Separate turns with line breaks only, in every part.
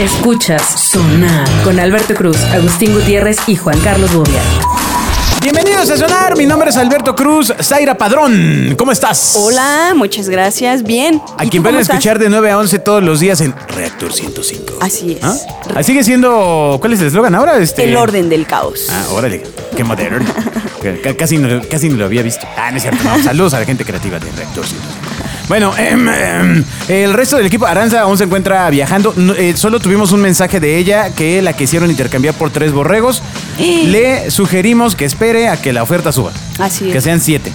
Escuchas Sonar con Alberto Cruz, Agustín Gutiérrez y Juan Carlos Bobia.
Bienvenidos a Sonar, mi nombre es Alberto Cruz, Zaira Padrón, ¿cómo estás?
Hola, muchas gracias. Bien.
A
¿Y
quien pueden
tú cómo estás?
escuchar de 9 a 11 todos los días en Reactor 105.
Así es.
¿Ah? Ahí sigue siendo, ¿cuál es el eslogan ahora? Este...
El orden del caos.
Ah, órale, qué moderno. C- c- casi, no, casi no lo había visto. Ah, no es cierto. no. Saludos a la gente creativa de Reactor 105. Bueno, em, em, el resto del equipo Aranza aún se encuentra viajando. No, eh, solo tuvimos un mensaje de ella que la quisieron intercambiar por tres borregos. Le sugerimos que espere a que la oferta suba.
Así es.
Que sean siete.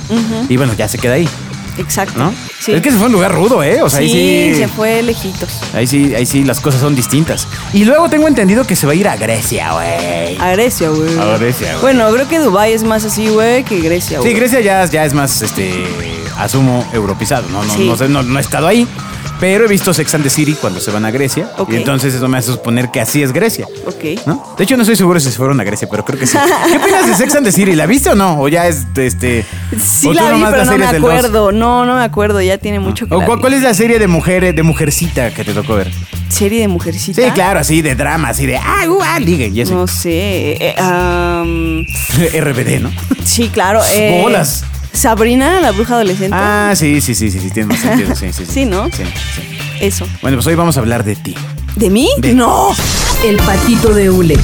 Y bueno, ya se queda ahí,
Exacto.
¿no?
Sí.
Es que se fue a un lugar rudo, ¿eh? O sea, ahí
Sí,
sí.
se fue lejitos.
Ahí sí, ahí sí, las cosas son distintas. Y luego tengo entendido que se va a ir a Grecia, güey.
A Grecia, güey.
A Grecia, güey.
Bueno, creo que Dubái es más así, güey, que Grecia, güey.
Sí, Grecia ya, ya es más, este, asumo, europizado. No, no,
Sí.
no, sé, no, no he estado ahí, pero he visto Sex and the City cuando se van a Grecia.
Ok.
Y entonces eso me hace suponer que así es Grecia.
Ok.
¿no? De hecho, no estoy seguro si se fueron a Grecia, pero creo que sí. ¿Qué opinas de Sex and the City? ¿La viste o no? ¿O ya es, este...
Sí
o tú
la vi,
nomás
pero
las
no me
series del dos? Ah.
acuerdo. No, no me acuerdo. Ya tiene mucho que
¿O
la
cuál,
vi.
cuál es la serie de mujeres, de mujercita que te tocó ver?
¿Serie de mujercita?
Sí, claro, así de drama, así de... Ah, uh, ah, ligue, y eso.
No sé. eh, am,
RBD, ¿no?
sí, claro. eh,
Bolas.
Sabrina, la bruja adolescente.
Ah, sí, sí, sí, sí, sí, tiene más sentido. Sí, sí, sí.
Sí, ¿no?
Sí, sí.
Eso.
Bueno, pues hoy vamos a hablar de ti.
¿De mí?
De-
No.
El patito de Ule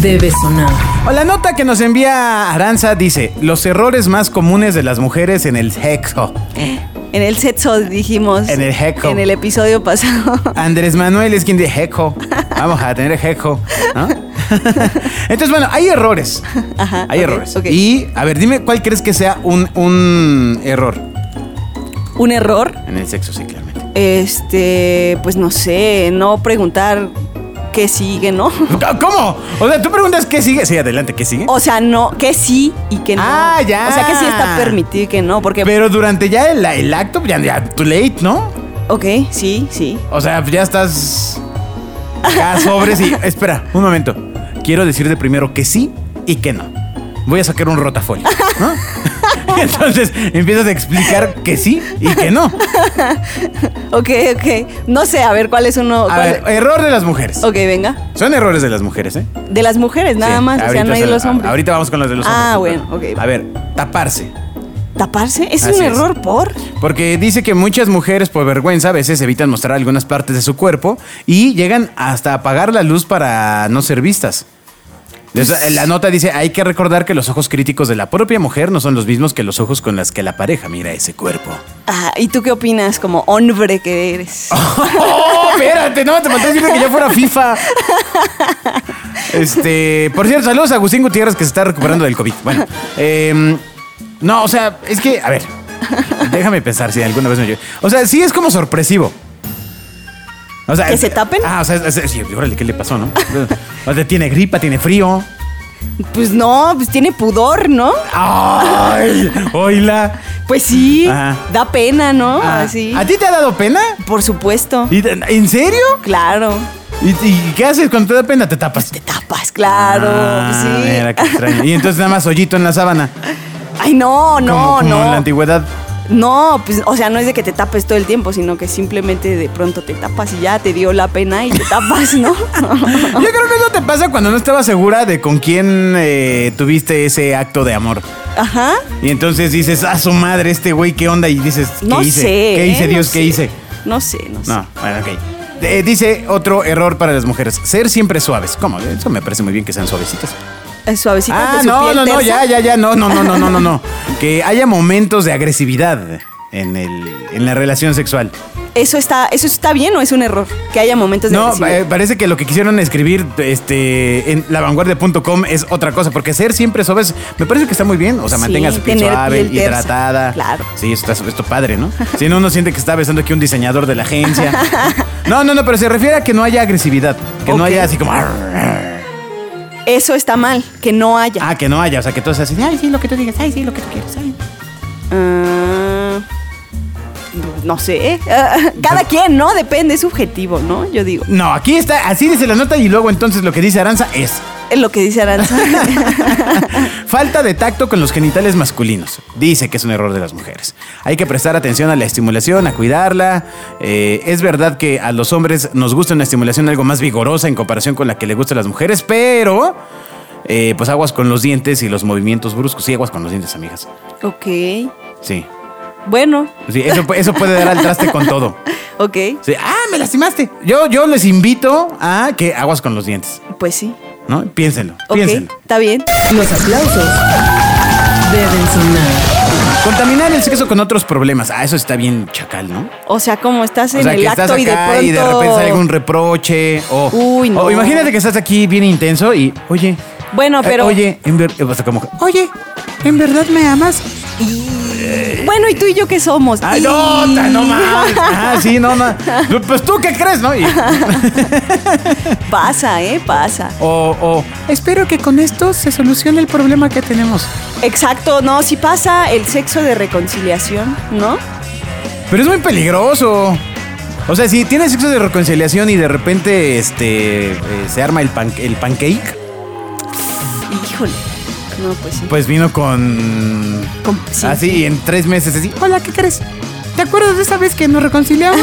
debe sonar.
O la nota que nos envía Aranza dice: Los errores más comunes de las mujeres en el sexo.
En el sexo dijimos.
En el heco.
En el episodio pasado.
Andrés Manuel es quien dice heco. Vamos a tener heco, ¿no? Entonces, bueno, hay errores.
Ajá,
Hay
ok,
errores.
ok.
Y, a ver, dime cuál crees que sea un, un error
Un error.
en el sexo, sí, claramente.
Este, pues no sé, no preguntar qué sigue, ¿no?
¿Cómo? O sea, tú preguntas qué sigue. Sí, adelante, ¿qué sigue?
O sea, no, que sí y que no.
Ah, ya.
O sea, que sí está permitido y que no, porque...
Pero durante ya el, el acto, ya, ya, too late, ¿no?
ok, sí, sí.
O sea, ya estás acá sobres y... Espera, un momento. Quiero decirte primero que sí y que no. Voy a sacar un rotafolio, ¿no? Entonces empiezas a explicar que sí y que no.
Ok, ok. No sé, a ver, ¿cuál es uno?
A
cuál-
ver, error de las mujeres.
Ok, venga.
Son errores de las mujeres, ¿eh?
De las mujeres, nada
Sí,
más, o sea,
ahorita
no hay
se-
de los hombres.
Ahorita vamos con los de los
Ah,
hombres.
bueno, ok.
A ver, taparse.
¿Taparse? ¿Es
Así
un
es.
error por?
Porque dice que muchas mujeres por vergüenza a veces evitan mostrar algunas partes de su cuerpo y llegan hasta apagar la luz para no ser vistas. Entonces, La nota dice, hay que recordar que los ojos críticos de la propia mujer no son los mismos que los ojos con las que la pareja mira ese cuerpo.
Ah, ¿y tú qué opinas como hombre que eres?
¡Oh, espérate! No, te faltó decirme que ya fuera FIFA. Este, por cierto, saludos a Agustín Gutiérrez que se está recuperando del COVID. Bueno, em, no, o sea, es que, a ver, déjame pensar si alguna vez me llevo. O sea, sí es como sorpresivo. O sea,
¿Que se tapen?
Ah, o sea, es- es- sí, órale, ¿qué le pasó, no? O sea, tiene gripa, tiene frío.
Pues no, pues tiene pudor, ¿no?
¡Ay! ¡Oila!
Pues sí,
Ajá.
da pena, ¿no?
Ah,
Así.
¿A ti te ha dado pena?
Por supuesto.
¿Y- ¿En serio?
Claro.
¿Y, ¿Y qué haces cuando te da pena? Te tapas.
Te tapas, claro.
Ah,
sí.
mira, qué extraño. Y entonces nada más hoyito en la sábana.
Ay, no, no,
como, como
no.
en la antigüedad.
No, pues, o sea, no es de que te tapes todo el tiempo, sino que simplemente de pronto te tapas y ya te dio la pena y te tapas, ¿no?
Yo creo que eso te pasa cuando no estabas segura de con quién eh, tuviste ese acto de amor.
Ajá.
Y entonces dices, ah, su madre, este güey, ¿qué onda? Y dices, ¿qué
No
hice?
sé.
¿Qué hice,
¿eh?
Dios?
No
¿Qué
sé.
hice?
No sé, no sé.
No, bueno, ok. Eh, dice otro error para las mujeres, ser siempre suaves. ¿Cómo? Eso me parece muy bien que sean suavecitas.
Eh, Suavecito.
Ah,
de su
no,
piel
no, no, ya,
tersa.
ya, ya, no, no, no, no, no, no, no. Que haya momentos de agresividad en, el, en la relación sexual.
Eso está, eso está bien o es un error que haya momentos de
No,
agresividad?
eh, parece que lo que quisieron escribir este, en lavanguardia.com es otra cosa, porque ser siempre suaves me parece que está muy bien. O sea,
Sí,
mantenga su piel
tener
suave,
piel tersa,
hidratada.
claro.
Sí, esto, está- esto padre, ¿no? si no, uno siente que está besando aquí un diseñador de la agencia. No, no, no, pero se refiere a que no haya agresividad, que no
Ok.
haya así como...
Eso está mal, que no haya.
Ah, que no haya, o sea, que todo sea así. Ay, sí, lo que tú digas, ay, sí, lo que tú quieras. ay.
Ah, no sé. Ah, cada quien, ¿no? Depende, es subjetivo, ¿no? Yo digo.
No, aquí está, así dice la nota y luego entonces lo que dice Aranza es...
es lo que dice Aranza.
Falta de tacto con los genitales masculinos. Dice que es un error de las mujeres. Hay que prestar atención a la estimulación, a cuidarla. Eh, es verdad que a los hombres nos gusta una estimulación algo más vigorosa en comparación con la que le gusta a las mujeres, pero eh, pues aguas con los dientes y los movimientos bruscos. Sí, aguas con los dientes, amigas.
ok.
Sí.
Bueno,
Sí, eso, pu- eso puede dar al traste con todo.
ok.
Sí, ah, me lastimaste. Yo, yo les invito a que aguas con los dientes,
Pues sí.
¿no? Piénsenlo,
Ok,
piénsenlo.
está bien.
Los aplausos deben sonar.
Contaminar el sexo con otros problemas. Ah, eso está bien chacal, ¿no?
O sea, como estás
O
en
sea,
el
que
acto
estás acá
y de pronto.
repente sale algún reproche. O,
Uy, no.
o imagínate que estás aquí bien intenso y, oye.
Bueno,
eh,
pero-
oye, en ver- eh, o sea, como,
Oye, ¿en verdad me amas?
Bueno, ¿y tú y yo qué somos?
Ay,
Y-
no, ta- no mames. Ah, sí, no, no. Pues tú qué crees, ¿no? Y-
Pasa, ¿eh? Pasa.
o, o,
Espero que con esto se solucione el problema que tenemos.
Exacto, no, si pasa el sexo de reconciliación, ¿no?
Pero es muy peligroso. O sea, si tienes sexo de reconciliación y de repente este eh, se arma el, pan- el pancake,
Híjole. No, pues sí.
pues vino con.
Com- sí.
Pues, Así, en tres meses, así.
Hola, ¿qué crees? ¿Te acuerdas de esa vez que nos reconciliamos?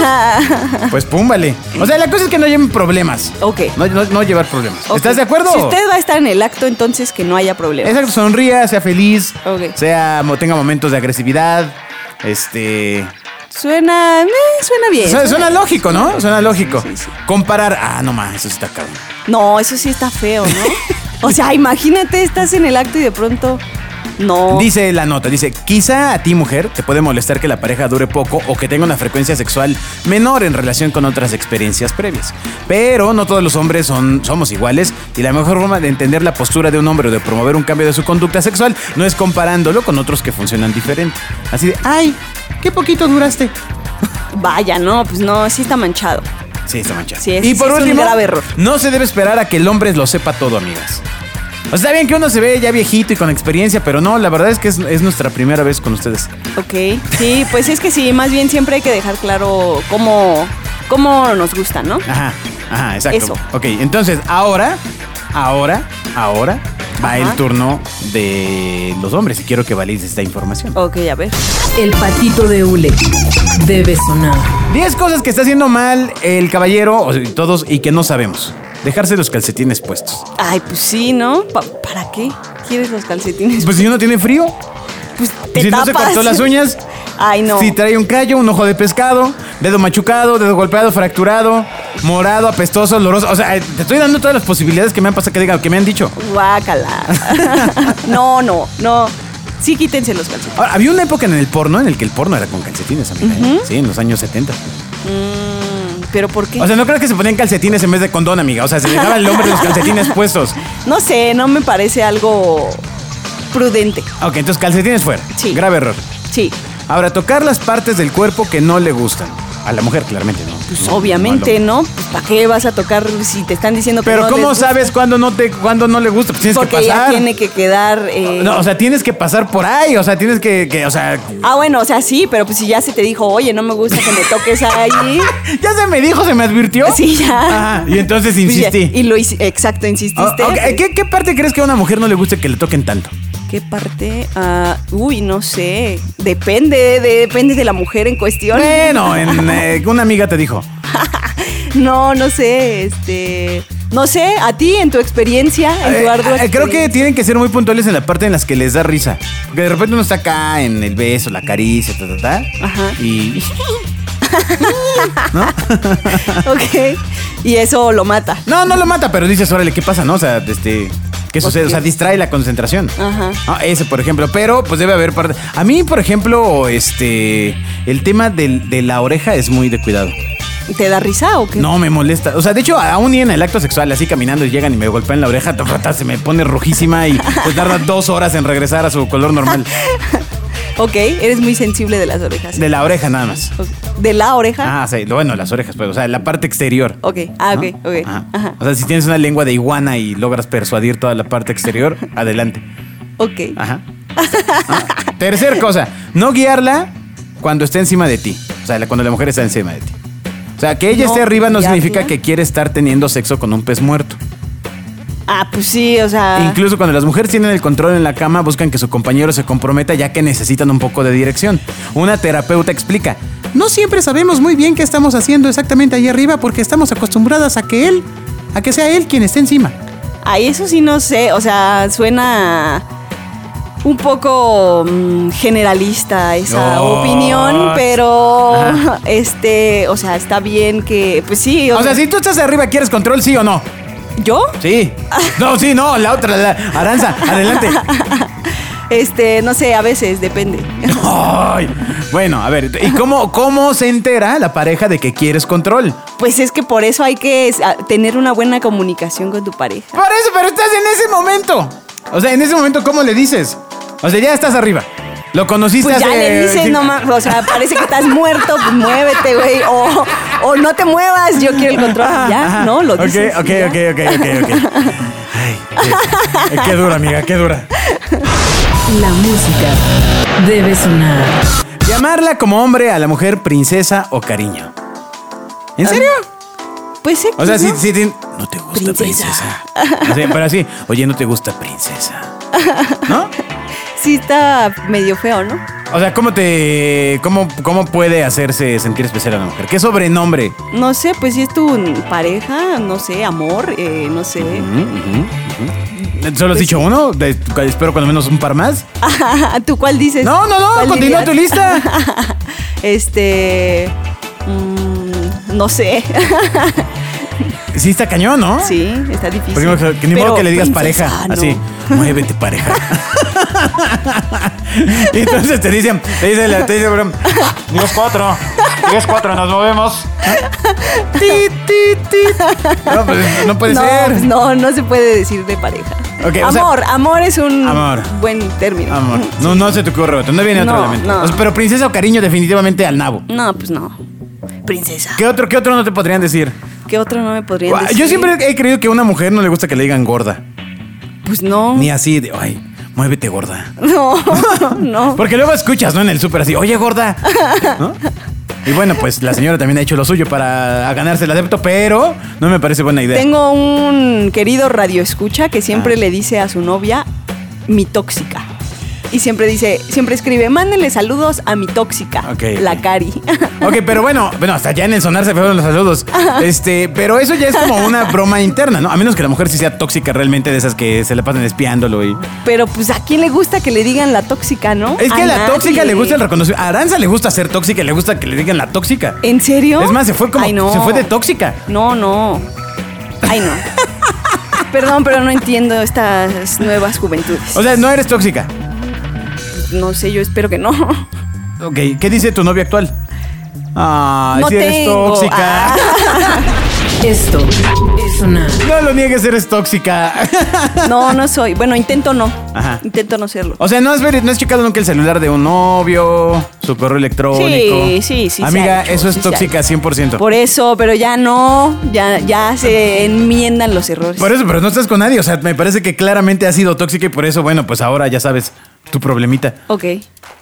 Pues púmbale. O sea, la cosa es que no lleven problemas.
Ok.
No, no- no llevar problemas.
Ok.
¿Estás de acuerdo?
Si usted va a estar en el acto, entonces que no haya problema.
Exacto, sonría, sea feliz.
Ok.
Sea, mo- tenga momentos de agresividad. Este.
Suena, eh, suena bien.
Suena, suena lógico, ¿no? Suena lógico.
sí, sí.
Comparar. Ah, no más, eso está cabrón.
No, eso sí está feo, ¿no? o sea, imagínate, estás en el acto y de pronto. No.
Dice la nota, dice, quizá a ti mujer te puede molestar que la pareja dure poco o que tenga una frecuencia sexual menor en relación con otras experiencias previas. Pero no todos los hombres son, somos iguales y la mejor forma de entender la postura de un hombre o de promover un cambio de su conducta sexual no es comparándolo con otros que funcionan diferente. Así de, ah,
Ay, qué poquito duraste.
Vaya, no, pues no, sí está manchado.
sí, está manchado.
Sí, es-
y
sí,
por
es un
último,
grave error.
no se debe esperar a que el hombre lo sepa todo, amigas. O sea, está bien que uno se ve ya viejito y con experiencia, pero no, la verdad es que es- es nuestra primera vez con ustedes.
Ok. Sí, pues es que sí, más bien siempre hay que dejar claro cómo, cómo nos gusta, ¿no?
Ajá, ajá, exacto.
Eso.
Ok, entonces ahora, ahora, ahora va
Ajá.
el turno de los hombres y quiero que valides esta información.
Ok, a ver.
El patito de hule debe sonar.
10 cosas que está haciendo mal el caballero, o sea, todos, y que no sabemos. Dejarse los calcetines puestos.
Ay, pues sí, ¿no? Pa- ¿Para qué quieres los calcetines?
Pues si uno tiene frío,
Pues te
si no se
tapas.
cortó las uñas,
Ay, no.
si trae un callo, un ojo de pescado, dedo machucado, dedo golpeado, fracturado, morado, apestoso, oloroso. O sea, eh, te estoy dando todas las posibilidades que me han pasado, que digan, que me han dicho.
Guácala. no, no, no. Sí, quítense los calcetines.
Ahora, había una época en el porno en el que el porno era con calcetines, amiga. ¿eh? Sí, en los años 70.
Mm, ¿Pero por qué?
O sea, no creas que se ponían calcetines en vez de condón, amiga. O sea, se dejaban el hombre los calcetines puestos.
no sé, no me parece algo prudente.
Ok, entonces calcetines fuera.
Sí.
Grave error.
Sí,
Ahora, tocar las partes del cuerpo que no le gustan. A la mujer, claramente, ¿no?
pues
No,
obviamente,
no al hombre.
¿no? Pues, ¿Para qué vas a tocar si te están diciendo que
Pero
no les
¿cómo
gusta?
sabes cuándo no, te, cuándo no le gusta? Pues tienes
Porque
que
ya
pasar.
tiene que quedar... eh,
No, o sea, tienes que pasar por ahí. O sea, tienes que, que, o sea...
Ah, bueno, o sea, sí, pero pues si ya se te dijo, oye, no me gusta que me toques ahí.
Ya se me dijo, se me advirtió.
Sí, ya.
Ajá, y entonces
pues ya,
insistí.
y lo hice, exacto,
Ah,
insististe.
ok, ¿Qué, ¿Qué parte crees que a una mujer no le guste que le toquen tanto?
¿Qué parte? Ah, uy, no sé. Depende, de- depende de la mujer en cuestión.
Bueno, en, eh, una amiga te dijo.
No, no sé, este... No sé, a ti, en tu experiencia, este, en tu
Eh,
ardua
eh, creo que
experiencia.
tienen que ser muy puntuales en la parte en las que les da risa. Porque de repente uno está acá en el beso, la caricia, ta, ta, ta.
Ajá.
Y.
Ok. Y eso lo mata.
No, no lo mata, pero dices, órale, ¿qué pasa, no? O sea, este. ¿Qué sucede? O sea, distrae la concentración.
Ajá.
Ah, ese, por ejemplo. Pero, pues debe haber parte. A mí, por ejemplo, este. El tema del- de la oreja es muy de cuidado.
¿Te da risa o qué?
No me molesta. O sea, de hecho, aún y en el acto sexual, así caminando y llegan y me golpean la oreja, ta, ta, ta, se me pone rojísima y se tarda dos horas en regresar a su color normal.
Ok, eres muy sensible de las orejas.
De la oreja nada más.
Ok. ¿De la oreja?
Ah, sí, lo bueno, las orejas, pues, o sea, la parte exterior.
Ok, ah, ok,
¿no?
ok.
Ajá.
Ajá.
O sea, si tienes una lengua de iguana y logras persuadir toda la parte exterior, adelante.
Ok.
Ajá. Ah, Tercer cosa, no guiarla cuando esté encima de ti. O sea, la- cuando la mujer está encima de ti. O sea, que ella
No
esté arriba no
guiarla.
significa que quiere estar teniendo sexo con un pez muerto.
Ah, pues sí, o sea.
Incluso cuando las mujeres tienen el control en la cama, buscan que su compañero se comprometa ya que necesitan un poco de dirección. Una terapeuta explica,
No siempre sabemos muy bien qué estamos haciendo exactamente ahí arriba porque estamos acostumbradas a que él, a que sea él quien esté encima.
Ay, eso sí no sé, o sea, suena un poco mm, generalista esa
No.
opinión, pero
Ajá.
este, o sea, está bien que, pues sí,
o sea, si tú estás arriba, ¿quieres control sí o no?
yo,
Sí. No, sí, no, la otra, la Aranza, adelante.
este, no sé, a veces depende.
Ay. Bueno, a ver, ¿y cómo, cómo se entera la pareja de que quieres control?
Pues es que por eso hay que es- a- tener una buena comunicación con tu pareja.
Por eso, pero estás en ese momento. O sea, en ese momento, ¿cómo le dices? O sea, ya estás arriba. Lo conociste
Pues ya
hace-
le dices,
sí.
no mames, o sea, parece que estás muerto, pues muévete, güey, o, o no te muevas, yo quiero el control, ya,
Ajá.
¿no? Lo
Ok,
dices.
ok,
y ya.
ok, ok, ok, ok. Ay, qué, qué dura, amiga, qué dura.
La música debe sonar.
Llamarla como hombre a la mujer princesa o cariño. ¿En serio?
Pues Ah, sí,
O sea,
pues,
sí,
¿no?
sí, tienen- no te gusta princesa.
Princesa.
Así, pero así, oye, no te gusta princesa. ¿No?
sí está medio feo, ¿no?
O sea, ¿cómo te. Cómo, cómo puede hacerse sentir especial a la mujer? ¿Qué sobrenombre?
No sé, pues si es tu pareja, no sé, amor, eh, no sé. Pues
¿Solo has dicho uno? De- espero cuando menos un par más.
¿Tú cuál dices?
No, no, no,
¿Cuál
continúa
dirías?
tu lista.
Este. mm, no sé.
Sí, está cañón, ¿no?
sí, está difícil.
Porque ni modo que- ni modo
Pero
que le digas
princesa,
pareja,
no.
así, muévete pareja. y entonces te dicen, te dice, la- te dice, bro, Dios cuatro, Dios cuatro, nos movemos. Ti, ti, ti. No, pues, no puede
No,
ser.
pues, no, no se puede decir de pareja.
Ok, o sea-
amor, amor es un
Amor.
buen término.
Amor, no, no se te ocurre otro, no viene otro
No,
elemento.
no.
O sea, pero princesa o cariño definitivamente al nabo.
No, pues no. Princesa.
¿Qué otro, qué otro no te podrían decir?
¿Qué otro no me podrían decir?
Yo siempre he creído que a una mujer no le gusta que le digan gorda.
Pues no.
Ni así de, ay, muévete gorda.
No, no.
Porque luego escuchas, ¿no? En el súper así, oye, gorda. ¿No? Y bueno, pues la señora también ha hecho lo suyo para ganarse el adepto, pero no me parece buena idea. Ah.
Tengo un querido radioescucha que siempre le dice a su novia mi tóxica. Y siempre dice, siempre escribe, mándenle saludos a mi tóxica,
Ok.
la Cari.
Ok, pero bueno, bueno, hasta ya en el sonar se fueron los saludos. Este, pero eso ya es como una broma interna, ¿no? A menos que la mujer sí sea tóxica realmente de esas que se la pasan espiándolo y.
Pero pues a quién le gusta que le digan la tóxica, ¿no?
Es que a
A
la
nadie.
tóxica le gusta el reconocimiento. A Aranza le gusta ser tóxica y le gusta que le digan la tóxica.
¿En serio?
Es más, se fue como.
Ay, no.
Se fue de tóxica.
No, no. Ay, no. Perdón, pero no entiendo estas nuevas juventudes.
O sea, no eres tóxica.
no sé, yo espero que no.
Ok, ¿qué dice tu novia actual? Ah,
No
si eres
tengo.
tóxica.
Ah.
Esto es sonar.
No lo niegues, eres tóxica.
No, no soy. Bueno, intento no.
Ajá. Oh,
Intento no serlo.
O sea, no has, ver- no has checado nunca el celular de un novio, su correo electrónico.
Sí, sí, sí, se
Amiga,
ha hecho,
eso es
sí, se ha
tóxica 100%. Por,
Por eso, pero ya no, ya, ya se enmiendan los errores.
eso, pero no estás con nadie. O sea, me parece que claramente has sido tóxica y por eso, bueno, pues ahora ya sabes tu problemita.
Ok. ¿Qué,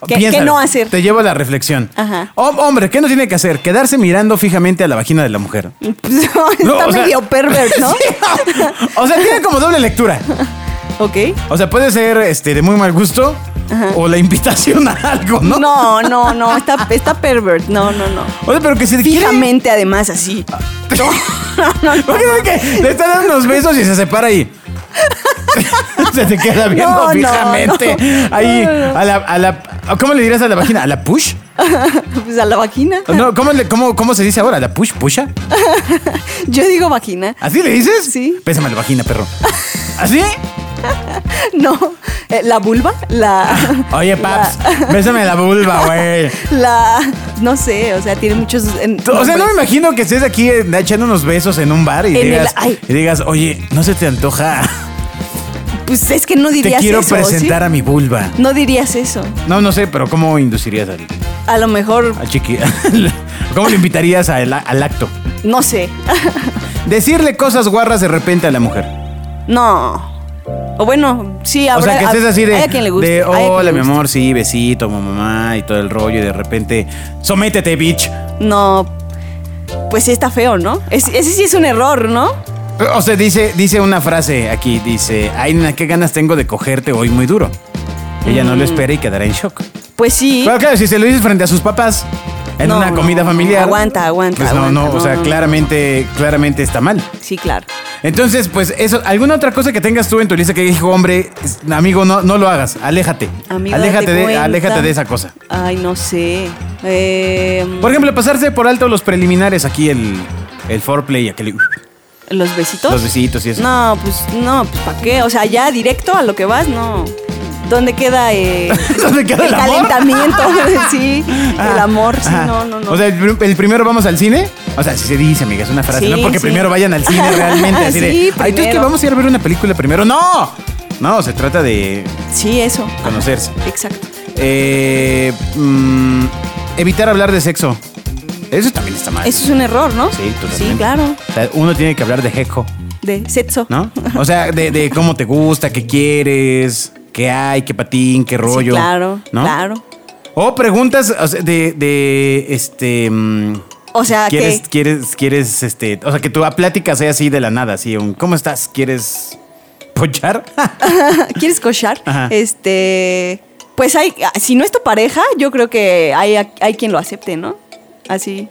qué
Piénsalo.
no hacer?
Te llevo a la reflexión.
Ajá.
Hom- hombre, ¿qué no tiene que hacer? Quedarse mirando fijamente a la vagina de la mujer.
Pues, no, está
No, o sea-
medio pervert, ¿no?
Sí. o sea, tiene como doble lectura.
Ok.
O sea, puede ser este, de muy mal gusto o la invitación a algo, ¿no?
No, no, no, está, está pervert. No, no, no.
O sea, pero que se quiere-
Fijamente, además, así.
Ah.
No, no, no.
¿Por qué no es que le está dando unos besos y se separa y se te queda viendo
No, no,
fijamente
no.
ahí
No, no,
a la, a la ¿cómo le dirías a la vagina? ¿A la push?
Pues a la vagina.
No, ¿cómo, le- cómo, cómo se dice ahora? ¿La push? ¿Pusha?
Yo digo vagina.
¿Así le dices?
Sí.
Pésame la vagina, perro. ¿Así?
No. Eh, la vulva, la.
Oye, paps, bésame la vulva, güey.
La. No sé, o sea, tiene muchos. en-
O sea, no me
nombres.
imagino que estés aquí eh, echando unos besos en un bar y
pues. En el-
digas,
ay.
y digas, oye, ¿no se te antoja?
Pues es que no
Te
dirías
quiero
eso. ¿sí?
presentar a mi vulva.
No dirías eso.
No, no sé, pero ¿cómo inducirías al,
A lo mejor,
al chiqui? ¿Cómo le invitarías a el- al acto?
no sé.
Decirle cosas guarras de repente a la mujer.
No. O bueno, sí,
O
habrá,
sea, que estés
hab-
así de,
hay a quien le guste,
de,
hay a quien le
hola, mi
guste".
amor, sí, besito, mamá, y todo el rollo, y de repente, sométete, bitch.
No. Pues sí está feo, ¿no? Es- ese sí es un error, ¿no?
O sea, dice, dice una frase aquí, dice, ay, nena, qué ganas tengo de cogerte hoy muy duro. Ella no lo
Mm.
espera y quedará en shock.
Pues sí.
Claro, claro, si se lo dices frente a sus papás en
No,
una comida
no,
familiar.
aguanta, aguanta,
Pues no, no,
aguanta,
o sea,
no, no.
claramente, claramente está mal.
Sí, claro.
Entonces, pues eso, alguna otra cosa que tengas tú en tu lista que dijo, hombre, es- amigo, no, no lo hagas, aléjate.
Amigo,
aléjate
date
de,
cuenta.
aléjate de esa cosa.
Ay, no sé. Em,
Por ejemplo, pasarse por alto los preliminares aquí, el, el foreplay, aquel,
¿Los besitos?
los besitos y eso.
No, pues no, pues ¿para qué? O sea, ya directo a lo que vas, no. ¿Dónde queda, eh,
¿Dónde queda el amor?
calentamiento? sí, el
Ah,
amor, sí,
ajá.
no, no, no.
O sea, el, pr- el primero vamos al cine. O sea, si se dice, amiga, es una frase.
Sí,
no porque
sí.
primero vayan al cine realmente. Así de,
Sí,
Ay, tú es que
primero.
vamos a ir a ver una película primero. ¡No! No, se trata de
sí, eso. ajá,
conocerse.
Exacto.
eh, mm, evitar hablar de sexo. Eso también está mal.
Eso es un error, ¿no?
Sí, totalmente.
Sí, claro.
O sea, uno tiene que hablar de jeco,
De sexo.
¿no? O sea, de, de cómo te gusta, qué quieres, qué hay, qué patín, qué
Sí,
rollo.
claro,
¿no?
claro.
O preguntas o sea, de, de, este. mm,
O sea,
¿Quieres,
que
quieres, quieres, este, o sea, que tu plática sea así de la nada, así, un, ¿cómo estás? ¿Quieres pochar?
¿quieres cochar?
Ajá.
Este, pues hay si no es tu pareja, yo creo que hay hay quien lo acepte, ¿no? Así.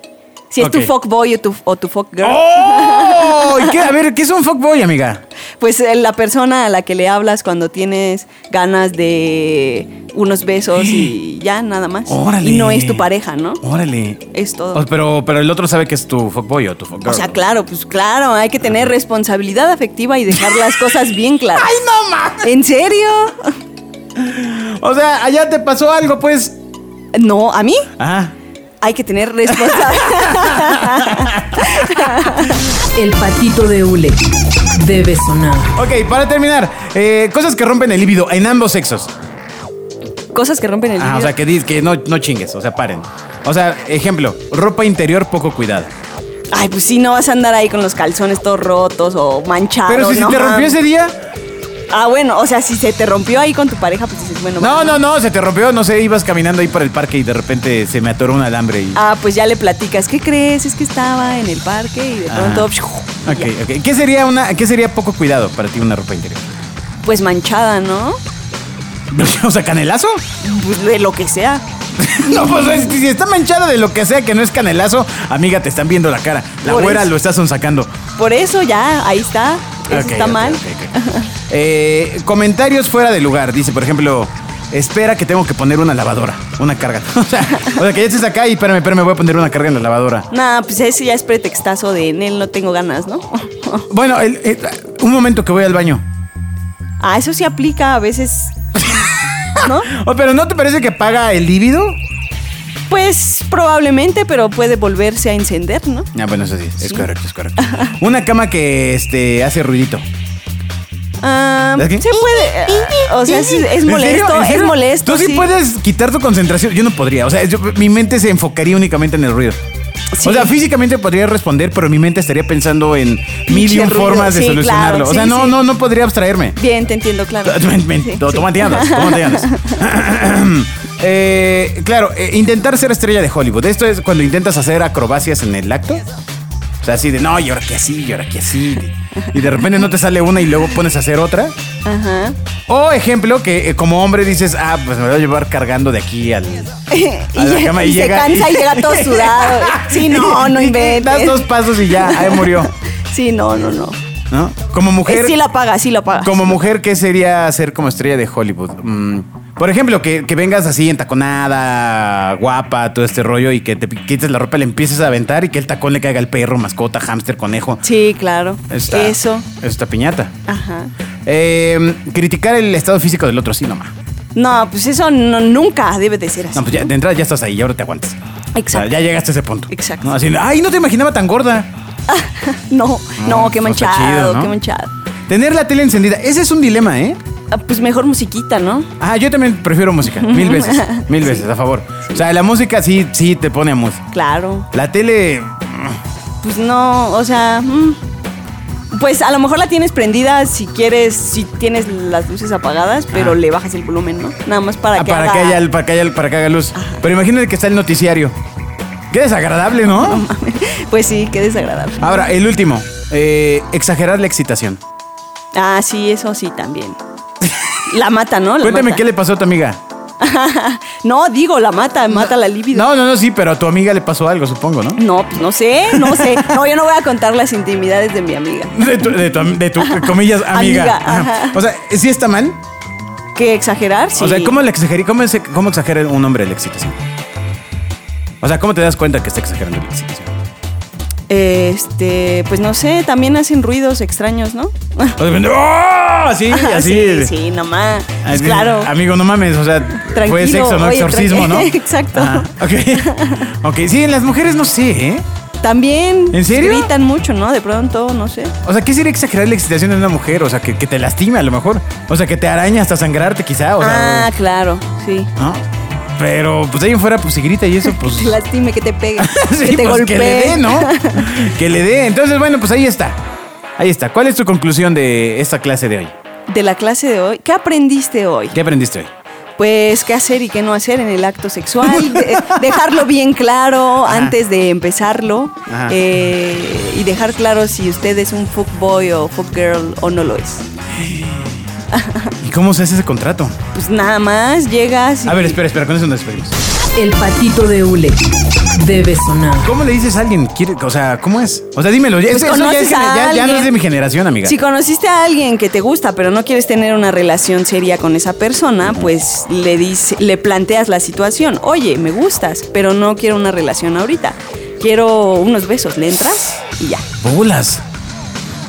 Si es
Ok.
tu fuckboy o tu o tu fuckgirl.
¡Oh! ¿Y qué? A ver, ¿qué es un fuckboy, amiga?
Pues eh, la persona a la que le hablas cuando tienes ganas de unos besos y ya nada más.
Órale. Oh.
Y no es tu pareja, ¿no?
Órale.
Es todo.
O- pero, pero el otro sabe que es tu fuckboy o tu fuckgirl.
O sea, claro, pues claro, hay que tener responsabilidad afectiva y dejar las cosas bien claras.
¡Ay, no mames!
¿En serio?
O sea, allá te pasó algo, pues.
No, a mí
Ah.
hay que tener responsabilidad.
El patito de hule debe sonar.
Ok, para terminar, eh, cosas que rompen el líbido en ambos sexos.
Cosas que rompen el
Ah, o sea,
líbido.
que, dices que no, no chingues, o sea, paren. O sea, ejemplo, ropa interior poco cuidada.
Ay, pues sí, no vas a andar ahí con los calzones todos rotos o manchados.
Pero si
Ah, no
se te rompió
mames.
ese día,
Ah, bueno, o sea, si se te rompió ahí con tu pareja, pues dices, bueno,
No,
vale.
no, no, se te rompió, no sé, ibas caminando ahí por el parque y de repente se me atoró un alambre y...
Ah, pues ya le platicas, ¿qué crees? Es que estaba en el parque y de
Ajá.
pronto, y
Ok,
ya.
ok. ¿Qué sería, una, ¿Qué sería poco cuidado para ti una ropa interior?
pues manchada, ¿no?
o sea, canelazo.
Pues de lo que sea.
No, pues es que si está manchada de lo que sea que no es canelazo, amiga, te están viendo la cara. La
Por
güera
eso.
lo está sonsacando.
Por eso ya, ahí está. Eso
Ok,
está
ok,
mal.
ok, ok. Eh, comentarios fuera de lugar. Dice, por ejemplo, espera que tengo que poner una lavadora, una carga. o, sea, o sea, que ya estés acá y espérame, espérame, voy a poner una carga en la lavadora.
Nah, pues ese ya es pretextazo de en él no tengo ganas, ¿no?
Bueno, el- el- un momento que voy al baño.
ah, eso sí aplica a veces. ¿No?
Oh, pero ¿no te parece que paga el líbido?
Pues probablemente, pero puede volverse a encender, ¿no?
Ah, bueno, eso sí, es
Sí.
correcto, es correcto. Una cama que este, hace ruidito.
Ah,
¿Es que?
se puede. ah, o sea, sí, es
¿En
molesto,
serio? ¿En serio?
es molesto.
Tú sí,
sí.
puedes quitar tu concentración. Yo no podría. O sea, yo- mi mente se enfocaría únicamente en el ruido.
Sí.
O sea, físicamente podría responder, pero mi mente estaría pensando en mil y un
ruido.
formas de
Sí,
solucionarlo.
claro,
o sea,
sí,
no,
sí.
no, no podría abstraerme.
Bien, te entiendo, claro.
Me- me-
Sí,
to-
sí.
Tómate andas, tómate andas. Eh, claro, eh, intentar ser estrella de Hollywood. Esto es cuando intentas hacer acrobacias en el acto. O sea, así de, no, y ahora que así, y ahora que así. Y de repente no te sale una y luego pones a hacer otra.
Ajá.
O ejemplo, que eh, como hombre dices, ah, pues me voy a llevar cargando de aquí al...
y,
A la
lle-
cama y
y
llega-
se cansa y llega todo sudado. Sí, no, no
Y Das
inventes.
dos pasos y ya, ahí murió.
Sí, no, no, no.
¿No? Como
Eh,
mujer...
Sí la paga, sí la paga.
Como mujer, ¿qué sería ser como estrella de Hollywood? Mm, por ejemplo, que, que vengas así entaconada, guapa, todo este rollo, y que te quites la ropa, le empieces a aventar y que el tacón le caiga al perro, mascota, hámster, conejo.
Sí, claro.
Está-
Eso.
Está piñata.
Ajá.
Eh, criticar el estado físico del otro, sí, nomás.
No, pues eso no- nunca debe de ser así.
No, pues ya, de entrada ya estás ahí, ya ahora te aguantas.
Exacto.
O sea, ya llegaste a ese punto.
Exacto.
No, así, Ay, no te imaginaba tan gorda.
No, no,
No,
qué
pues está
manchado,
chido, ¿no?
qué manchado.
Tener la tele encendida, ese es un dilema, ¿eh?
Ah, pues mejor musiquita, ¿no?
Ah, yo también prefiero música, mil veces, mil veces, a favor. O sea, la música sí, sí te pone a mood.
Claro.
La tele,
Pues no, o sea. mm. Pues a lo mejor la tienes prendida si quieres, si tienes las luces apagadas, pero
Ajá.
le bajas el volumen, ¿no? Nada más para
ah,
que
para,
haga-
que haya, el- para, que haya, para que haga luz. Pero imagínate que está el noticiario. Qué desagradable, ¿no?
Pues sí, qué desagradable.
Ahora, el último. Eh, exagerar la excitación.
Ah, sí, eso sí también. La mata, ¿no? La
Cuéntame
mata. Ah,
qué le pasó a tu amiga.
No, digo, la mata, mata la libido.
No, no, no, sí, pero a tu amiga le pasó algo, supongo, ¿no?
No, pues no sé, no sé. No, yo no voy a contar las intimidades de mi amiga.
De tu, de tu am- de tu, comillas, amiga.
Amiga,
Ajá.
ajá.
O sea, ¿sí está mal?
¿Qué exagerar? Sí.
O sea, ¿cómo, le exagerí- cómo, es- ¿cómo exagera un hombre la excitación? O sea, ¿cómo te das cuenta que está exagerando la excitación?
Este, pues no sé, también hacen ruidos extraños, ¿no?
O sea, ¡oh! Así,
Ajá,
así.
Sí, sí, nomás. Pues
Así,
claro.
Amigo, no mames, o sea, fue
Tranquilo,
sexo, no
oye,
exorcismo, ¿no?
tranqui- Exacto.
Ajá, ok. Ok, sí, en las mujeres no sé, ¿eh?
También
¿En serio?
gritan mucho, ¿no? De pronto, no sé.
O sea, ¿qué sería exagerar la excitación de una mujer? O sea, que, que te lastima a lo mejor. O sea, que te araña hasta sangrarte quizá, o sea,
ah, claro, sí.
¿no? Pero, pues ahí en fuera, pues si grita y eso, pues...
Que te lastime, que te pegue,
Sí,
que te
pues,
golpee.
Que le dé, ¿no? que le dé. Entonces, bueno, pues ahí está. Ahí está. ¿Cuál es tu conclusión de esta clase de hoy?
De la clase de hoy, ¿qué aprendiste hoy?
¿Qué aprendiste hoy?
Pues qué hacer y qué no hacer en el acto sexual, de- dejarlo bien claro
Ajá.
antes de empezarlo
Ajá.
eh, y dejar claro si usted es un fuckboy o fuckgirl o no lo es.
¿Y cómo se hace ese contrato?
Pues nada más llegas y
A ver, espera, espera, con eso nos despedimos.
El patito de Ule debe sonar.
¿Cómo le dices a alguien? ¿Quiere- o sea, ¿cómo es? O sea, dímelo. Ya,
Pues
eso ya, es
conoces a
gener- ya- ya no
alguien.
es de mi generación, amiga.
Si conociste a alguien que te gusta, pero no quieres tener una relación seria con esa persona, pues le dice, le planteas la situación. Oye, me gustas, pero no quiero una relación ahorita. Quiero unos besos, ¿le entras? Y ya.
Bolas.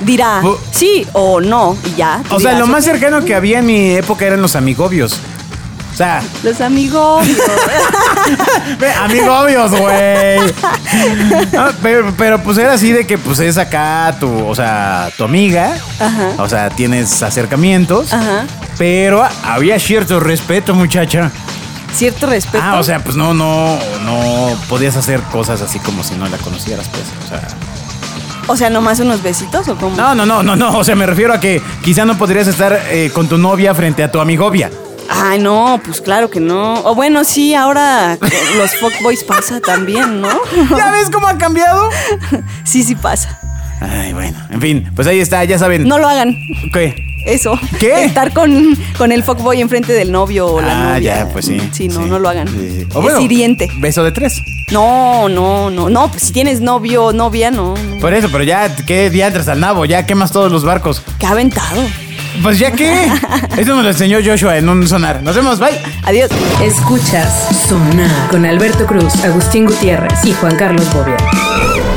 Dirá
Bu-
sí o no, y ya. Tú
Oh. O sea, lo
dirás,
más
"Ok".
cercano que había en mi época eran los amigobios. O sea,
Los amigos.
ve, amigobios, güey. Ah, pero, pero, pues era así de que pues es acá tu, o sea, tu amiga.
Ajá.
O sea, tienes acercamientos.
Ajá.
Pero había cierto respeto, muchacha.
Cierto respeto.
Ah, o sea, pues no, no, no podías hacer cosas así como si no la conocieras, pues. O sea.
O sea, nomás unos besitos o cómo.
No, no, no, no, no. O sea, me refiero a que quizá no podrías estar eh, con tu novia frente a tu amigovia.
Ay, no, pues claro que no. O bueno, sí, ahora los fuckboys pasa también, ¿no?
¿Ya ves cómo ha cambiado?
Sí, sí pasa.
Ay, bueno. En fin, pues ahí está, ya saben.
No lo hagan.
¿Qué?
Eso.
¿Qué?
Estar con, con el fuckboy enfrente del novio o la
ah,
novia.
ya, pues sí.
Sí, no,
sí.
no lo hagan.
Sí, sí. O
Es
bueno,
hiriente.
Beso de tres.
No, no, no. No, pues si tienes novio o novia, no. no.
Por eso, pero ya, ¿qué diantres al nabo? Ya quemas todos los barcos.
Qué aventado.
Pues ya qué. Eso nos lo enseñó Joshua en un sonar. Nos vemos, bye.
Adiós.
Escuchas Sonar con Alberto Cruz, Agustín Gutiérrez y Juan Carlos Bobia.